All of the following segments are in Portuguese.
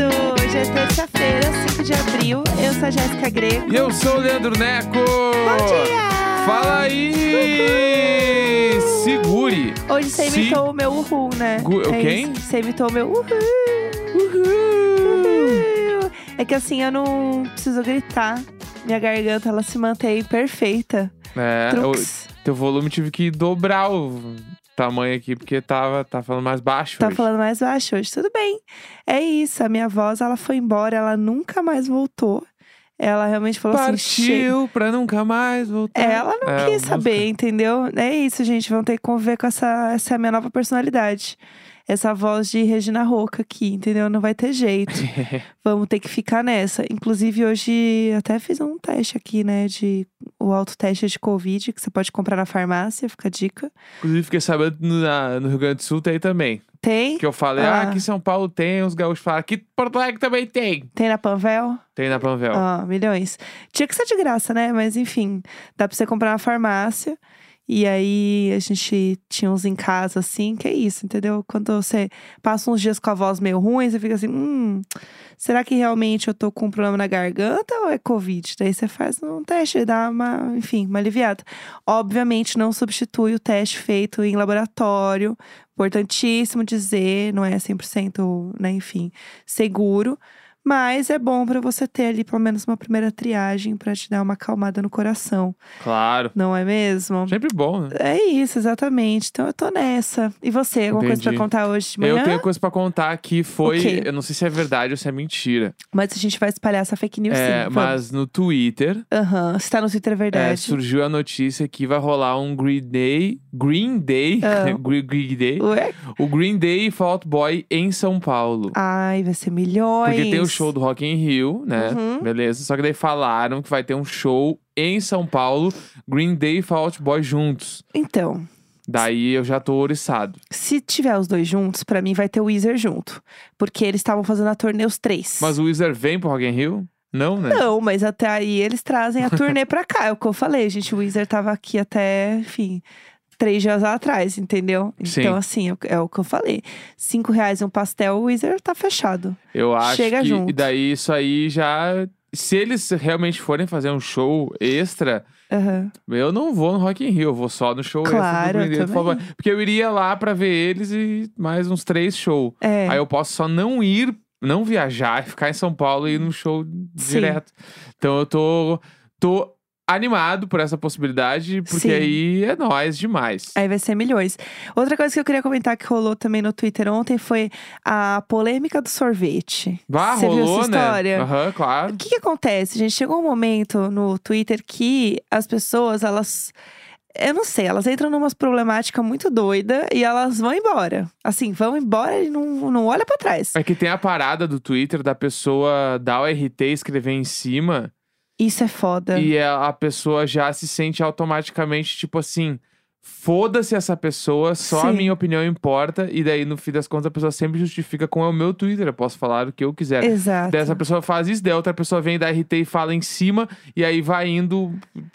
um é terça-feira, 5 de abril. Eu sou a Jéssica Greco. E eu sou o Leandro Neco. Bom dia! Fala aí! Segure! Hoje você Se- imitou o meu uhul, né? Gu- é quem? isso. Você imitou o meu uhul. Uhul. É que assim, eu não preciso gritar. Minha garganta, ela se mantém perfeita. É, o Trux. teu volume tive que dobrar o tamanho aqui, porque tava, tá falando mais baixo. Tá hoje. falando mais baixo hoje. Tudo bem. É isso. A minha voz, ela foi embora. Ela nunca mais voltou. Ela realmente falou assim... "Chega." Partiu pra nunca mais voltar. Ela não É, quis música. saber, entendeu? É isso, gente. Vão ter que conviver com essa, essa é a minha nova personalidade. Essa voz de Regina Roca aqui, entendeu? Não vai ter jeito. Vamos ter que ficar nessa. Inclusive, hoje até fiz um teste aqui, né? De o autoteste de Covid, que você pode comprar na farmácia, fica a dica. Inclusive, fiquei sabendo no, na- no Rio Grande do Sul tem também. Tem? Que eu falei, Ah. ah, aqui em São Paulo tem, os gaúchos falam, aqui em Porto Alegre também tem. Tem na Panvel? Tem na Panvel. Ah, milhões. Tinha que ser de graça, né? Mas enfim, dá pra você comprar na farmácia. E aí a gente tinha uns em casa, assim, que é isso, entendeu? Quando você passa uns dias com a voz meio ruim, você fica assim, hum, será que realmente eu tô com um problema na garganta ou é Covid? Daí você faz um teste, e dá uma, enfim, uma aliviada. Obviamente não substitui o teste feito em laboratório. Importantíssimo dizer, não é 100%, né, enfim, seguro. Mas é bom pra você ter ali pelo menos uma primeira triagem pra te dar uma acalmada no coração, Claro. não é mesmo? Sempre bom, né? É isso, exatamente. Então eu tô nessa. E você, alguma coisa pra Entendi. contar hoje de manhã? Eu tenho coisa pra contar que foi. O quê? Eu não sei se é verdade ou se é mentira. Mas a gente vai espalhar essa fake news É, sim. vamos. mas no Twitter Aham, se tá no Twitter é é, verdade. surgiu a notícia que vai rolar um Green Day. Green Day? Ah. Gre- Green Day. Ué? O Green Day e Fall Out Boy em São Paulo. Ai, vai ser milhões. Porque tem o show do Rock in Rio, né? Ah, Uhum. Beleza. Só que daí falaram que vai ter um show em São Paulo, Green Day e Fall Out Boy juntos. Então, Daí eu já tô oriçado. se tiver os dois juntos, pra mim vai ter o Weezer junto. Porque eles estavam fazendo a turnê os três. Mas o Weezer vem pro Rock in Rio? Não, né? Não, mas até aí eles trazem a turnê pra cá. É o que eu falei, gente. O Weezer tava aqui até, enfim, três dias atrás, entendeu? Sim. Então, assim, é o- é o que eu falei. Cinco reais um pastel, o Weezer tá fechado. Eu acho Chega que junto. e daí isso aí já se eles realmente forem fazer um show extra, Aham. eu não vou no Rock in Rio, eu vou só no show extra Claro, do Green Day, eu do Fall Out Boy. porque eu iria lá pra ver eles e mais uns três shows. É. Aí eu posso só não ir, não viajar, e ficar em São Paulo e ir no show direto. Então eu tô tô animado por essa possibilidade, porque Sim. aí é nóis demais. Aí vai ser milhões. Outra coisa que eu queria comentar que rolou também no Twitter ontem foi a polêmica do sorvete. Bah, Você rolou, viu essa história? né? Aham, claro. O que, que acontece, gente? Chegou um momento no Twitter que as pessoas, elas. Eu não sei, elas entram numa problemática muito doida e elas vão embora. Assim, vão embora e não, não olha pra trás. É que tem a parada do Twitter da pessoa dar o RT e escrever em cima. Isso é foda. E a, a pessoa já se sente automaticamente, tipo assim, foda-se essa pessoa, só a Sim. minha opinião importa. E daí, no fim das contas, a pessoa sempre justifica com é o meu Twitter, eu posso falar o que eu quiser. Exato. Daí essa pessoa faz isso, daí a outra pessoa vem da RT e fala em cima, e aí vai indo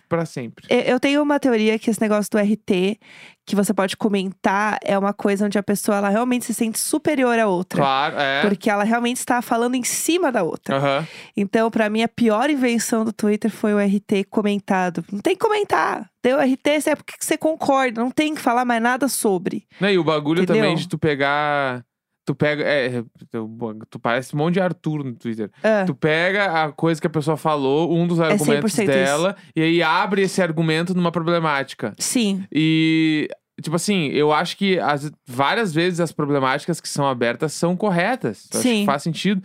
pra sempre. Eu- Eu tenho uma teoria que esse negócio do RT, que você pode comentar, é uma coisa onde a pessoa ela realmente se sente superior à outra. Claro, é. Porque ela realmente está falando em cima da outra. Aham. Então, pra mim, a pior invenção do Twitter foi o RT comentado. Não tem que comentar. Deu RT, você é porque que você concorda. Não tem que falar mais nada sobre. Né, E o bagulho também Entendeu? de tu pegar. Tu pega. É, tu, tu parece um monte de Arthur no Twitter. Ah, Tu pega a coisa que a pessoa falou, um dos 100% argumentos isso. dela, e aí abre esse argumento numa problemática. sim, E, tipo assim, eu acho que as, várias vezes as problemáticas que são abertas são corretas. Eu acho Sim. que faz sentido.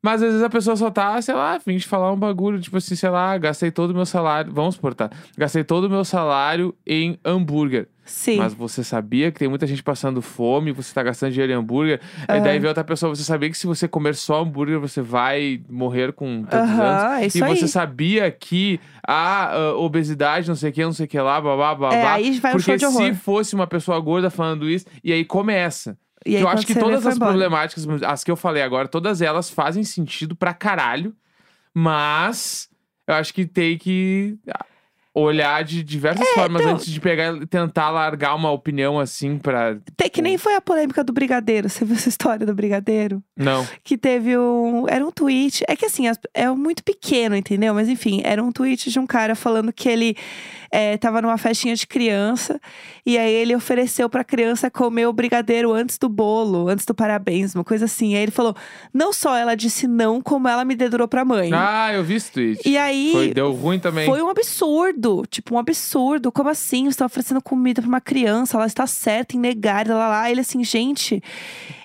Mas às vezes a pessoa só tá, sei lá, a fim de falar um bagulho, tipo assim, sei lá, gastei todo o meu salário. Vamos suportar. Gastei todo o meu salário em hambúrguer. sim. Mas você sabia que tem muita gente passando fome, você tá gastando dinheiro em hambúrguer. E Ah. daí vem outra pessoa, você sabia que se você comer só hambúrguer, você vai morrer com tantos anos. Aham, é isso e aí. você sabia que a ah, obesidade, não sei o que, não sei o que lá, babá, babá. É, aí vai um show porque de horror. se fosse uma pessoa gorda falando isso, e aí começa. E aí, eu quando acho que você vê, todas foi as embora. problemáticas, as que eu falei agora, todas elas fazem sentido pra caralho. Mas eu acho que tem que olhar de diversas formas então- antes de pegar e tentar largar uma opinião assim pra. Até que nem foi a polêmica do Brigadeiro. Você viu essa história do Brigadeiro? Não. que teve um. Era um tweet. É que assim, as- é muito pequeno, entendeu? Mas enfim, era um tweet de um cara falando que ele eh, tava numa festinha de criança e aí ele ofereceu pra criança comer o brigadeiro antes do bolo, antes do parabéns, uma coisa assim. Aí ele falou: não só ela disse não, como ela me dedurou pra mãe. Ah, eu vi esse tweet. E aí. Foi, deu ruim também. Foi um absurdo, tipo, um absurdo. Como assim? Você tá oferecendo comida pra uma criança, ela está certa em negar, lá, lá, lá. Ele assim, gente,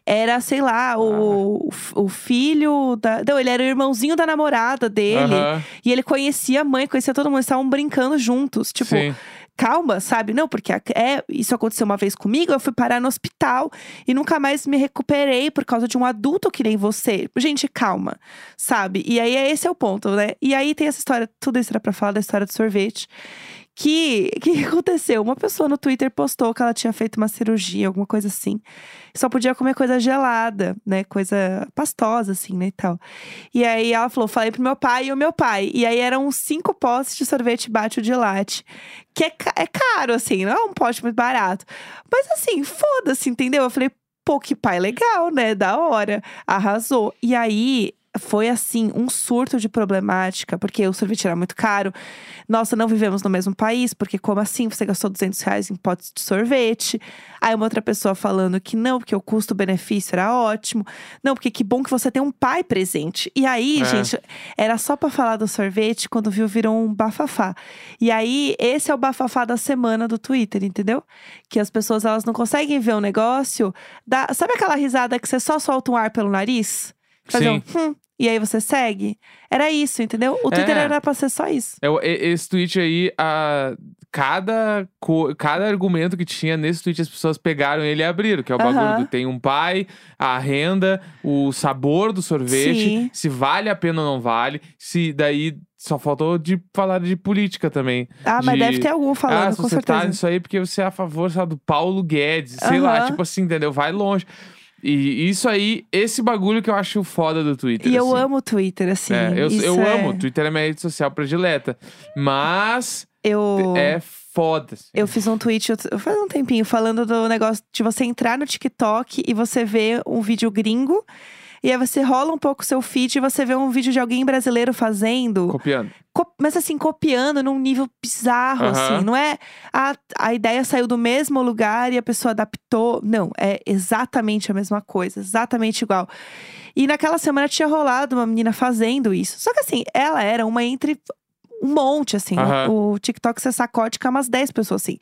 era, sei lá, Ah. o, o filho da. Não, ele era o irmãozinho da namorada dele. Aham, E ele conhecia a mãe, conhecia todo mundo, eles estavam brincando juntos. Tipo, sim. calma, sabe? Não, porque a- é, isso aconteceu uma vez comigo, eu fui parar no hospital e nunca mais me recuperei por causa de um adulto que nem você. Gente, calma, sabe? E aí, é- esse é o ponto, né? E aí tem essa história, tudo isso era pra falar da história do sorvete. Que, que aconteceu? Uma pessoa no Twitter postou que ela tinha feito uma cirurgia, alguma coisa assim. Só podia comer coisa gelada, né? Coisa pastosa, assim, né? E tal. E aí ela falou: falei pro meu pai e o meu pai. E aí eram cinco potes de sorvete bate o de latte. Que é, ca- é caro, assim, não é um pote muito barato. Mas assim, foda-se, entendeu? Eu falei, pô, que pai legal, né? Da hora. Arrasou. E aí. Foi assim, um surto de problemática, porque o sorvete era muito caro. Nossa, não vivemos no mesmo país, porque como assim você gastou 200 reais em potes de sorvete? Aí uma outra pessoa falando que não, porque o custo-benefício era ótimo. Não, porque que bom que você tem um pai presente. E aí, É. gente, era só pra falar do sorvete, quando viu, virou um bafafá. E aí, esse é o bafafá da semana do Twitter, entendeu? Que as pessoas, elas não conseguem ver o negócio. dá- Sabe aquela risada que você só solta um ar pelo nariz? Fazer Sim. um hum, e aí você segue? Era isso, entendeu? O Twitter É. era pra ser só isso. Eu- É e- esse tweet aí, a, cada, co- cada argumento que tinha nesse tweet, as pessoas pegaram ele e abriram, que é o Aham. bagulho do tem um pai, a renda, o sabor do sorvete, Sim. se vale a pena ou não vale, se daí só faltou de falar de política também. Ah, mas de- deve ter algum falando, ah, se com você tá certeza. nisso aí porque você é a favor, sei lá, do Paulo Guedes, sei lá, Aham. tipo assim, entendeu? Vai longe. E isso aí, esse bagulho que eu acho foda do Twitter. E eu assim. amo o Twitter, assim. É, eu Isso eu é- amo, Twitter é minha rede social predileta. Mas Eu... é foda. assim. Eu fiz um tweet outro- faz um tempinho falando do negócio de você entrar no TikTok e você vê um vídeo gringo. E aí você rola um pouco o seu feed e você vê um vídeo de alguém brasileiro fazendo. Copiando. co- mas assim, copiando num nível bizarro, Aham. assim. Não é a, a ideia saiu do mesmo lugar e a pessoa adaptou. Não, é exatamente a mesma coisa, exatamente igual. E naquela semana tinha rolado uma menina fazendo isso. Só que assim, ela era uma entre um monte, assim. Aham. O TikTok você sacode com umas 10 pessoas, assim.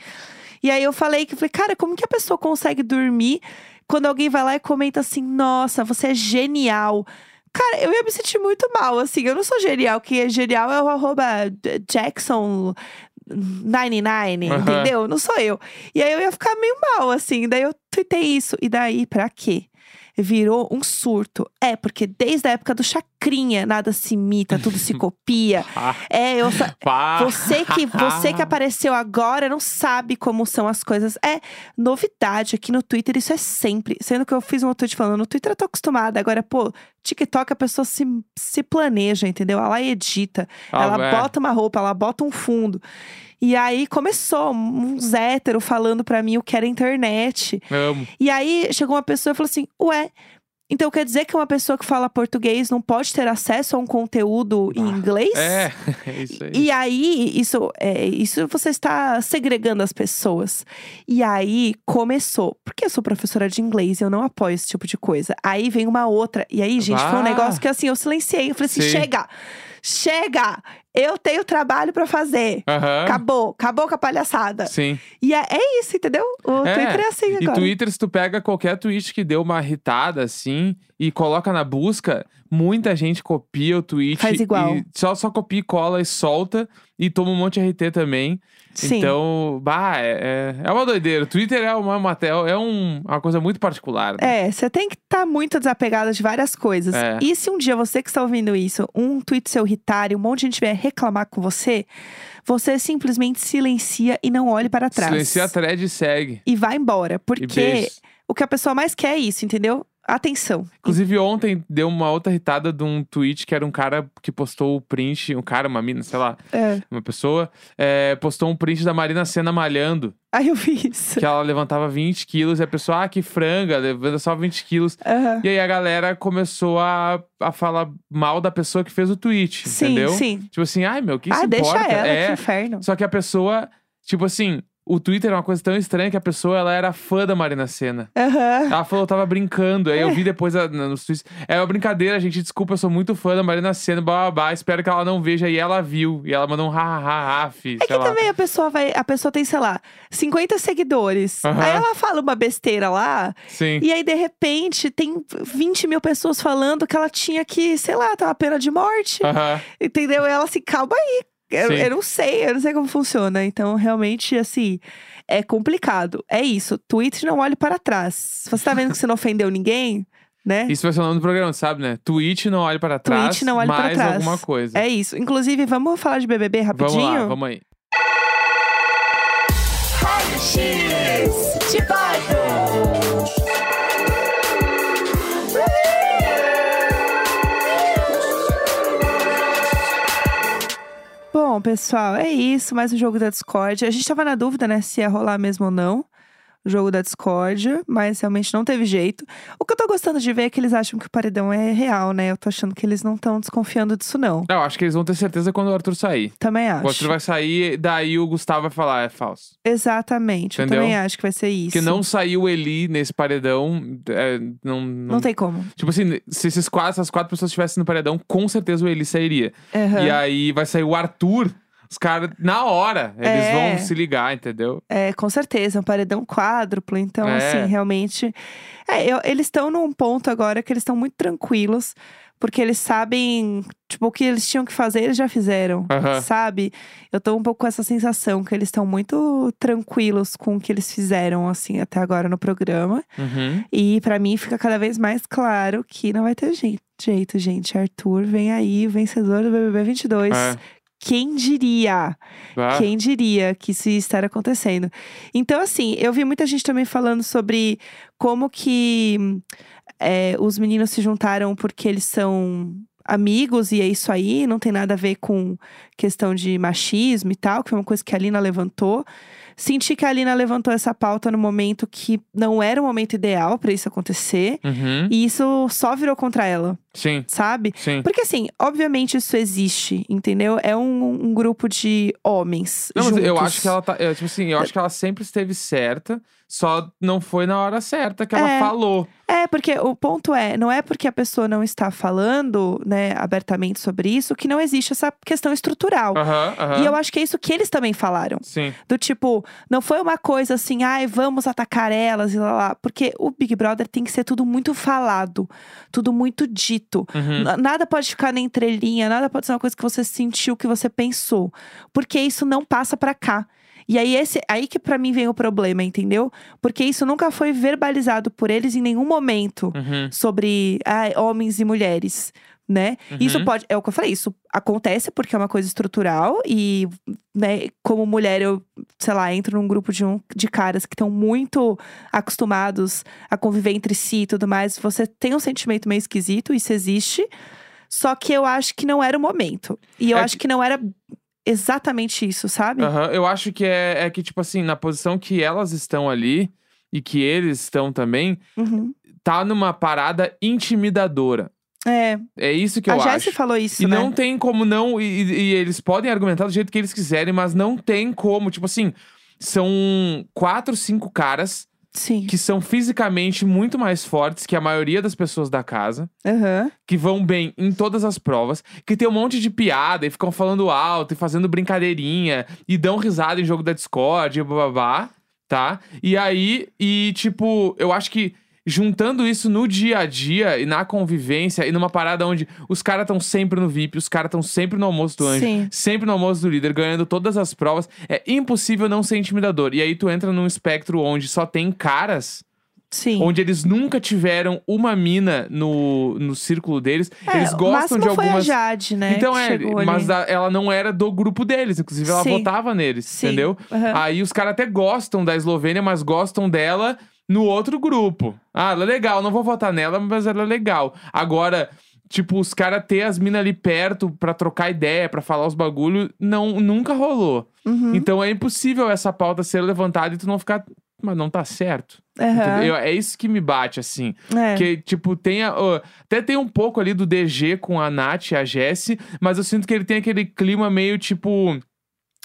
E aí eu falei que eu falei, cara, como que a pessoa consegue dormir quando alguém vai lá e comenta assim, nossa, você é genial. Cara, eu ia me sentir muito mal, assim. Eu não sou genial. Quem é genial é o arroba Jackson99, Aham. entendeu? Não sou eu. E aí eu ia ficar meio mal, assim. Daí eu tuitei isso. E daí, pra quê? Virou um surto. É, porque desde a época do Chacrinha, nada se imita, tudo se copia. Ah, É, eu, sa- pá. você que, você que apareceu agora não sabe como são as coisas. É novidade aqui no Twitter, isso é sempre. Sendo que eu fiz um tweet falando, no Twitter eu tô acostumada. Agora, pô, TikTok a pessoa se, se planeja, entendeu? Ela edita, Ah, ela é. bota uma roupa, ela bota um fundo. E aí começou um, uns héteros falando pra mim o que era internet. Amo. E aí chegou uma pessoa e falou assim: Ué, então quer dizer que uma pessoa que fala português não pode ter acesso a um conteúdo em Ah, inglês? É, é isso aí. E aí, isso, é, isso você está segregando as pessoas. E aí começou. Porque eu sou professora de inglês e eu não apoio esse tipo de coisa. Aí vem uma outra. E aí, gente, foi um Ah. negócio que assim, eu silenciei. Eu falei assim: Sim. chega! Chega! Eu tenho trabalho pra fazer. Aham. Acabou, acabou com a palhaçada. Ah. Sim. E é, é isso, entendeu? O É, Twitter é assim E agora. Twitter, se tu pega qualquer tweet que deu uma irritada assim e coloca na busca, muita gente copia o tweet. Faz igual. e só, só copia e cola e solta e toma um monte de RT também. Sim. Então, bah, é, é, é uma doideira. O Twitter é uma, uma, é um, uma coisa muito particular. né? É, você tem que estar muito desapegado de várias coisas. É. E se um dia você que está ouvindo isso, um tweet seu irritar e um monte de gente vier reclamar com você, você simplesmente silencia e não olhe para trás. Silencia a thread e segue. E vai embora. E Porque beijos. o que a pessoa mais quer é isso, entendeu? atenção. Inclusive, ontem deu uma outra irritada de um tweet que era um cara que postou o print, um cara, uma mina, sei lá, É. uma pessoa, é, postou um print da Marina Senna malhando, Aí eu vi isso. que ela levantava 20 quilos e a pessoa, ah, que franga, levanta só 20 quilos. Aham. E aí a galera começou a, a falar mal da pessoa que fez o tweet, Sim, entendeu? sim. Tipo assim, ai meu, que ah, se deixa importa? ela, é, que inferno. só que a pessoa, tipo assim, o Twitter é uma coisa tão estranha que a pessoa, ela era fã da Marina Senna. Aham. Ela falou, eu tava brincando. Aí eu vi depois a, na- nos tweets. É uma brincadeira, gente. Desculpa, eu sou muito fã da Marina Senna, blá, blá, blá. Espero que ela não veja. E ela viu. E ela mandou um ha, ha, ha, ha, fi, É sei que lá. também a pessoa vai. A pessoa tem, sei lá, 50 seguidores. Aham. Aí ela fala uma besteira lá, Sim. e aí, de repente, tem 20 mil pessoas falando que ela tinha que, sei lá, tá uma pena de morte. Aham. Entendeu? E ela assim, calma aí. Eu, Sim. eu não sei, eu não sei como funciona. Então, realmente, assim, é complicado. É isso. Twitter não olhe para trás. Se você tá vendo que você não ofendeu ninguém, né? Isso vai ser o nome do programa, sabe, né? Twitch não olhe para Tweet trás. não olhe para mais trás. alguma coisa. É isso. Inclusive, vamos falar de BBB vamos rapidinho? lá, vamos aí. Bom, pessoal, é isso. Mais um jogo da Discord. A gente tava na dúvida, né, se ia rolar mesmo ou não. O jogo da Discord, mas realmente não teve jeito. O que eu tô gostando de ver é que eles acham que o paredão é real, né? Eu tô achando que eles não estão desconfiando disso, não. Não, acho que eles vão ter certeza quando o Arthur sair. Também O Arthur acho. vai sair, daí o Gustavo vai falar, é falso. Exatamente. Entendeu? Eu também acho que vai ser isso. Que não saiu o Eli nesse paredão. é, não, não- Não tem como. Tipo assim, se esses quatro, essas quatro pessoas estivessem no paredão, com certeza o Eli sairia. Aham. E aí vai sair o Arthur. Os caras, na hora, eles É. vão se ligar, entendeu? É, com certeza, é um paredão quádruplo. Então, É. assim, realmente. é, eu- eles estão num ponto agora que eles estão muito tranquilos, porque eles sabem, tipo, o que eles tinham que fazer, eles já fizeram. Aham. Sabe? Eu tô um pouco com essa sensação que eles estão muito tranquilos com o que eles fizeram, assim, até agora no programa. Uhum. E pra mim fica cada vez mais claro que não vai ter jei- jeito, gente. Arthur, vem aí, vencedor do BBB 22. É. Quem diria? Bah. Quem diria que isso ia estar acontecendo? Então, assim, eu vi muita gente também falando sobre como que hum, é, os meninos se juntaram porque eles são amigos e é isso aí, não tem nada a ver com questão de machismo e tal, que foi uma coisa que a Alina levantou. Senti que a Alina levantou essa pauta no momento que não era o momento ideal para isso acontecer. Uhum. E isso só virou contra ela, Sim, sabe? sim. Porque assim, obviamente isso existe, entendeu? É um, um grupo de homens. Não, mas eu juntos. acho que ela tá. eu, tipo assim, eu acho que ela sempre esteve certa, só não foi na hora certa que ela É. falou. É, porque o ponto é, não é porque a pessoa não está falando, né, abertamente sobre isso, que não existe essa questão estrutural. Aham, aham. E eu acho que é isso que eles também falaram. Sim. Do tipo, não foi uma coisa assim, ai, vamos atacar elas e lá lá. Porque o Big Brother tem que ser tudo muito falado, tudo muito dito. Uhum. Na- Nada pode ficar na entrelinha, nada pode ser uma coisa que você sentiu, que você pensou. Porque isso não passa pra cá. E aí, esse, aí que pra mim vem o problema, entendeu? Porque isso nunca foi verbalizado por eles em nenhum momento Uhum. sobre ah, homens e mulheres, né? Isso Uhum. pode, é o que eu falei, isso acontece porque é uma coisa estrutural e, né, como mulher eu, sei lá, entro num grupo de, um, de caras que estão muito acostumados a conviver entre si e tudo mais, você tem um sentimento meio esquisito, isso existe. Só que eu acho que não era o momento. E eu É acho que não era exatamente isso, sabe? Aham, Eu acho que é, é que, tipo assim, na posição que elas estão ali e que eles estão também, Uhum. tá numa parada intimidadora. É, É isso que a eu Jessi acho. falou isso, e né? não tem como não. E, e- e eles podem argumentar do jeito que eles quiserem, mas não tem como. Tipo assim, são quatro, cinco caras Sim. que são fisicamente muito mais fortes que a maioria das pessoas da casa. Aham. Que vão bem em todas as provas, que tem um monte de piada e ficam falando alto e fazendo brincadeirinha e dão risada em jogo da Discord e bababá, tá? E aí, e tipo, eu acho que juntando isso no dia a dia e na convivência e numa parada onde os caras estão sempre no VIP, os caras estão sempre no almoço do anjo, Sim. sempre no almoço do líder, ganhando todas as provas, é impossível não ser intimidador. E aí tu entra num espectro onde só tem caras, Sim. onde eles nunca tiveram uma mina no, no círculo deles. É, eles o gostam máximo de algumas foi a Jade, né? então que é, chegou ali. mas a- ela não era do grupo deles, inclusive ela Sim. votava neles, Sim. entendeu? Aham. Aí os caras até gostam da Eslovênia, mas gostam dela no outro grupo. Ah, ela é legal, não vou votar nela, mas ela é legal. Agora, tipo, os caras ter as minas ali perto pra trocar ideia, pra falar os bagulhos, não, nunca rolou. Uhum. Então é impossível essa pauta ser levantada e tu não ficar. Mas não tá certo. Aham. entendeu? É isso que me bate, assim. É. Que, tipo, tem a- ó, até tem um pouco ali do DG com a Nath e a Jesse, mas eu sinto que ele tem aquele clima meio, tipo.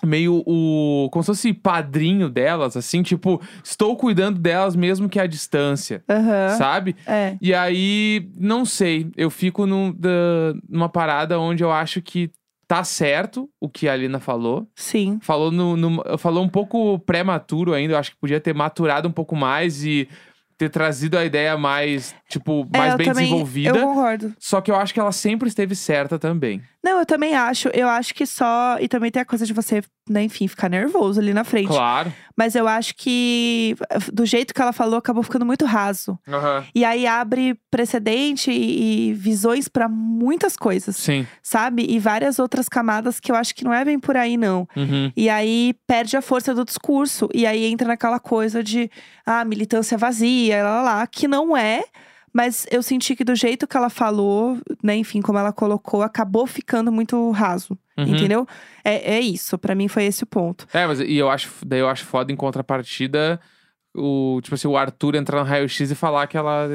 Meio o. Como se fosse padrinho delas, assim, tipo, estou cuidando delas mesmo que à distância, Aham. sabe? É. E aí, não sei, eu fico num- da- numa parada onde eu acho que tá certo o que a Alina falou. Sim. Falou, no, no- falou um pouco prematuro ainda, eu acho que podia ter maturado um pouco mais e ter trazido a ideia mais, tipo, É, mais eu bem também, desenvolvida. Eu concordo. Só que eu acho que ela sempre esteve certa também. Não, eu também acho. Eu acho que só. E também tem a coisa de você, né, enfim, ficar nervoso ali na frente. Claro. Mas eu acho que, do jeito que ela falou, acabou ficando muito raso. Aham. E aí abre precedente e, e visões pra muitas coisas, Sim. sabe? E várias outras camadas que eu acho que não é bem por aí, não. Uhum. E aí perde a força do discurso. E aí entra naquela coisa de ah, militância vazia, lá, lá, lá, que não é. Mas eu senti que do jeito que ela falou, né, enfim, como ela colocou, acabou ficando muito raso. Uhum. Entendeu? É, é isso. Pra mim foi esse o ponto. É, mas e eu acho, daí eu acho foda em contrapartida o, tipo assim, o Arthur entrar no raio-x e falar que ela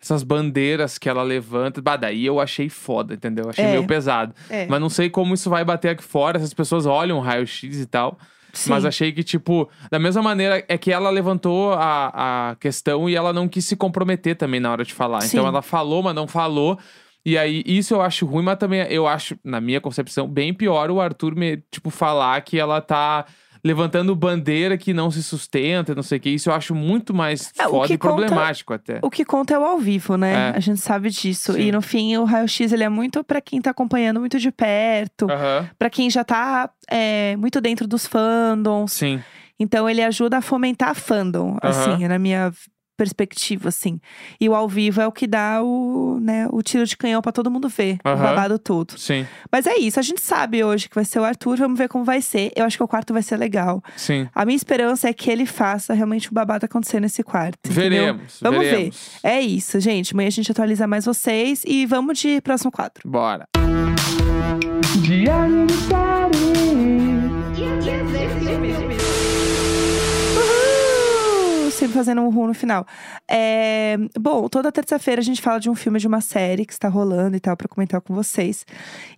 essas bandeiras que ela levanta, bah, daí eu achei foda, entendeu? Achei É. meio pesado. É. Mas não sei como isso vai bater aqui fora, essas pessoas olham o raio-x e tal. Sim. Mas achei que, tipo, da mesma maneira é que ela levantou a, a questão e ela não quis se comprometer também na hora de falar. Sim. Então ela falou, mas não falou. E aí, isso eu acho ruim, mas também eu acho, na minha concepção, bem pior o Arthur, me, tipo, falar que ela tá levantando bandeira que não se sustenta, não sei o que. Isso eu acho muito mais É, o foda que e problemático até. O que conta é o ao vivo, né? É. A gente sabe disso. Sim. E no fim, o raio-x ele é muito pra quem tá acompanhando muito de perto, pra Aham. quem já tá é, muito dentro dos fandoms. Sim. Então ele ajuda a fomentar fandom, assim, na minha perspectiva, assim. E o ao vivo é o que dá o, né, o tiro de canhão pra todo mundo ver, o Aham. babado todo. Sim. Mas é isso, a gente sabe hoje que vai ser o Arthur, vamos ver como vai ser. Eu acho que o quarto vai ser legal. Sim. A minha esperança é que ele faça realmente o babado acontecer nesse quarto. entendeu? Veremos. Vamos ver. veremos. É isso, gente. Amanhã a gente atualiza mais vocês e vamos de próximo quadro. Bora. Uhul! Sempre fazendo um rum no final. É, Bom, toda terça-feira a gente fala de um filme, de uma série que está rolando e tal, pra comentar com vocês.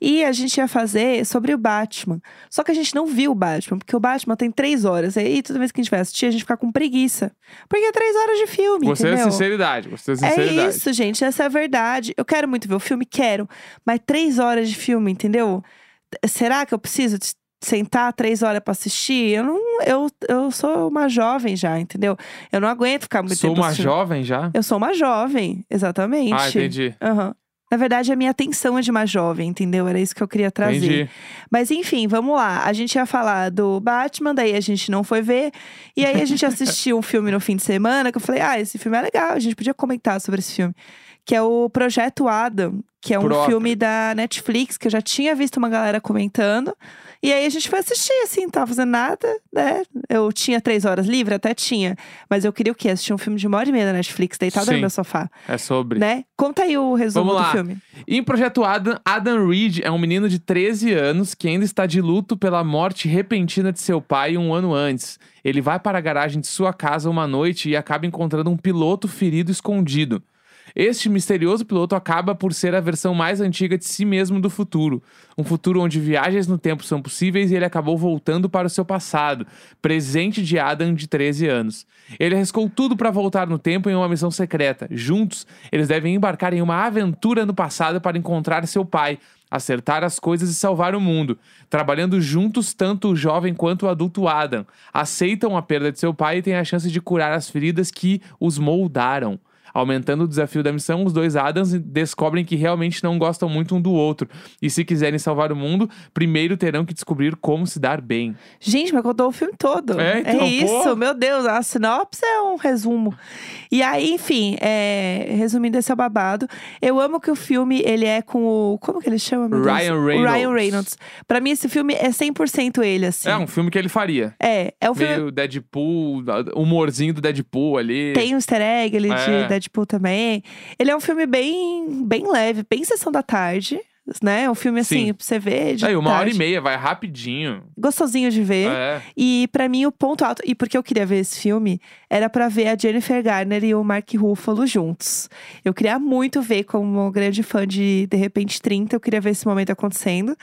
E a gente ia fazer sobre o Batman. Só que a gente não viu o Batman, porque o Batman tem três horas. E aí, toda vez que a gente vai assistir, a gente fica com preguiça. Porque é três horas de filme, Gostei da entendeu? sinceridade. Gostei da É sinceridade. isso, gente. Essa é a verdade. Eu quero muito ver o filme, quero. Mas três horas de filme, entendeu? T- Será que eu preciso de sentar três horas pra assistir? Eu não. Eu, eu sou uma jovem já, entendeu? Eu não aguento ficar muito Sou tempo uma assistindo. jovem já? Eu sou uma jovem, exatamente. Ah, entendi. Aham. Na verdade, a minha atenção é de uma jovem, entendeu? Era isso que eu queria trazer. Entendi. Mas enfim, vamos lá. A gente ia falar do Batman, daí a gente não foi ver. E aí a gente assistiu um filme no fim de semana que eu falei: ah, esse filme é legal, a gente podia comentar sobre esse filme. Que é o Projeto Adam, que é um Próprio. filme da Netflix, que eu já tinha visto uma galera comentando. E aí a gente foi assistir, assim, não tava fazendo nada, né? Eu tinha três horas livre, até tinha. Mas eu queria o quê? Assistir um filme de uma hora e meia da Netflix, deitado no Sim. meu sofá, É sobre. né? Conta aí o resumo Vamos do lá. filme. Em Projeto Adam, Adam Reed é um menino de 13 anos que ainda está de luto pela morte repentina de seu pai um ano antes. Ele vai para a garagem de sua casa uma noite e acaba encontrando um piloto ferido escondido. Este misterioso piloto acaba por ser a versão mais antiga de si mesmo do futuro. Um futuro onde viagens no tempo são possíveis e ele acabou voltando para o seu passado, presente de Adam de 13 anos. Ele arriscou tudo para voltar no tempo em uma missão secreta. Juntos, eles devem embarcar em uma aventura no passado para encontrar seu pai, acertar as coisas e salvar o mundo. Trabalhando juntos, tanto o jovem quanto o adulto Adam aceitam a perda de seu pai e têm a chance de curar as feridas que os moldaram. Aumentando o desafio da missão, os dois Adams descobrem que realmente não gostam muito um do outro. E se quiserem salvar o mundo, primeiro terão que descobrir como se dar bem. Gente, mas contou o filme todo. É, então, pô. isso, meu Deus, a sinopse é um resumo. E aí, enfim, é, resumindo esse é o babado, eu amo que o filme, ele é com o... Como que ele chama, meu Deus? Ryan O Reynolds. Ryan Reynolds. Pra mim, esse filme é 100% ele, assim. É um filme que ele faria. É, é um filme... Meio Deadpool, humorzinho do Deadpool ali. Tem um easter egg ali É. de Deadpool também. Ele é um filme bem, bem leve, bem sessão da tarde, né? É um filme assim, Sim. pra você ver de Tá Aí, uma hora tarde. e meia, vai rapidinho. Gostosinho de ver. É. E pra mim, o ponto alto, e porque eu queria ver esse filme, era pra ver a Jennifer Garner e o Mark Ruffalo juntos. Eu queria muito ver, como grande fã de De Repente 30, eu queria ver esse momento acontecendo.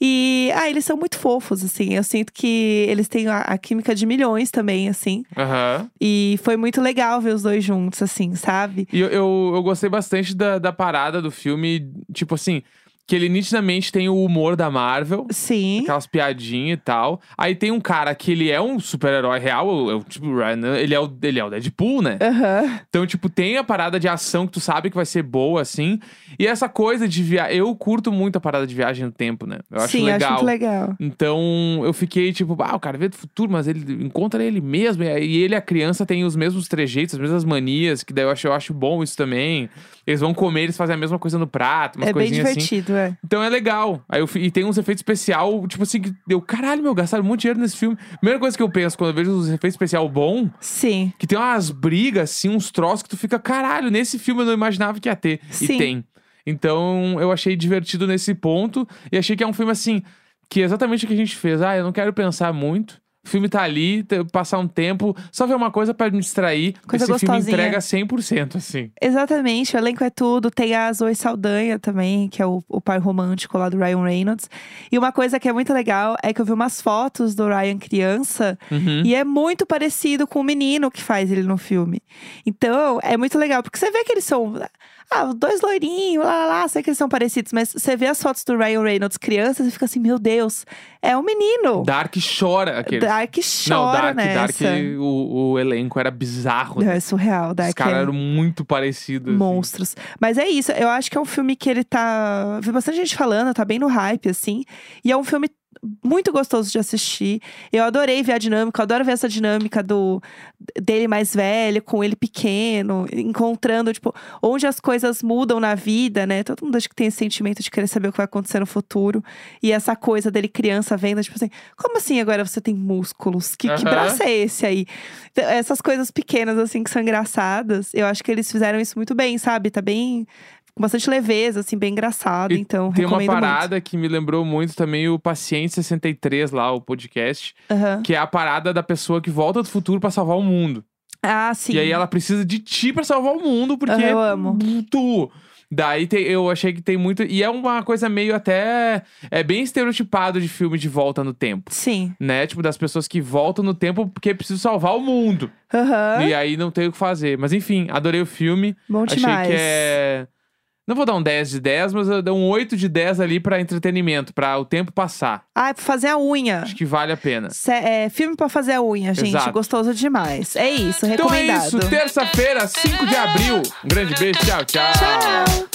E, ah, eles são muito fofos, assim. Eu sinto que eles têm a, a química de milhões também, assim. Aham. E foi muito legal ver os dois juntos, assim, sabe? E eu, eu, eu gostei bastante da, da parada do filme, tipo assim, que ele nitidamente tem o humor da Marvel. Sim. Aquelas piadinhas e tal. Aí tem um cara que ele é um super-herói real, é o- é o tipo o Ryan- ele é o, ele é o Deadpool, né? Aham. Então, tipo, tem a parada de ação que tu sabe que vai ser boa, assim. E essa coisa de viagem. Eu curto muito a parada de viagem no tempo, né? Eu acho Sim, legal. acho muito legal. Então eu fiquei tipo, ah, o cara vê do futuro, mas ele encontra ele mesmo. E aí ele, a criança, tem os mesmos trejeitos, as mesmas manias, que daí eu acho, eu acho bom isso também. Eles vão comer, eles fazem a mesma coisa no prato, umas É bem coisinhas assim. divertido, é. Então é legal. Aí eu fi- e tem uns efeitos especial, tipo assim, que deu, caralho, meu, gastaram um monte de dinheiro nesse filme. Primeira coisa que eu penso quando eu vejo os efeitos especial bom, Sim. que tem umas brigas, assim, uns troços que tu fica, caralho, nesse filme eu não imaginava que ia ter. E Sim. tem. Então, eu achei divertido nesse ponto. E achei que é um filme, assim, que é exatamente o que a gente fez. Ah, eu não quero pensar muito. O filme tá ali, te- passar um tempo, só ver uma coisa pra me distrair. Coisa Esse filme gostosinha. entrega 100%, assim. Exatamente, o elenco é tudo. Tem a Zoe Saldanha também, que é o, o pai romântico lá do Ryan Reynolds. E uma coisa que é muito legal é que eu vi umas fotos do Ryan criança Uhum. e é muito parecido com o menino que faz ele no filme. Então, é muito legal, porque você vê que eles são. Ah, os dois loirinhos, lá, lá, lá, sei que eles são parecidos, mas você vê as fotos do Ryan Reynolds criança e fica assim: meu Deus, é um menino. Dark chora aquele. Dark não, chora Dark, nessa. Dark, o, o elenco era bizarro. Não, é surreal, Os Dark. caras é eram muito parecidos. assim. Monstros. Mas é isso, eu acho que é um filme que ele tá. Vi bastante gente falando, tá bem no hype, assim. E é um filme muito gostoso de assistir. Eu adorei ver a dinâmica, eu adoro ver essa dinâmica do dele mais velho, com ele pequeno, encontrando, tipo, onde as coisas mudam na vida, né? Todo mundo acho que tem esse sentimento de querer saber o que vai acontecer no futuro. E essa coisa dele criança vendo, tipo assim, como assim agora você tem músculos? Que, que Aham. braço é esse aí? Então, essas coisas pequenas, assim, que são engraçadas, eu acho que eles fizeram isso muito bem, sabe? Tá bem. Com bastante leveza, assim, bem engraçado. E então, Tem uma recomendo parada que me lembrou muito também o Paciente 63 lá, o podcast, muito. Aham. que é a parada da pessoa que volta do futuro pra salvar o mundo. Ah, sim. E aí ela precisa de ti pra salvar o mundo, porque Aham, eu amo. tu. Daí tem- eu achei que tem muito. E é uma coisa meio até. É bem estereotipado de filme de volta no tempo. Sim. Né? Tipo, das pessoas que voltam no tempo porque precisam salvar o mundo. Aham. E aí não tem o que fazer. Mas enfim, adorei o filme. Bom Achei demais. que é. Não vou dar um 10 de 10, mas eu dou um 8 de 10 ali pra entretenimento, pra o tempo passar. Ah, é pra fazer a unha. Acho que vale a pena. Cé- é, filme pra fazer a unha, gente. Exato. Gostoso demais. É isso, Então é recomendado. isso, terça-feira, 5 de abril. Um grande beijo, tchau, tchau. Tchau!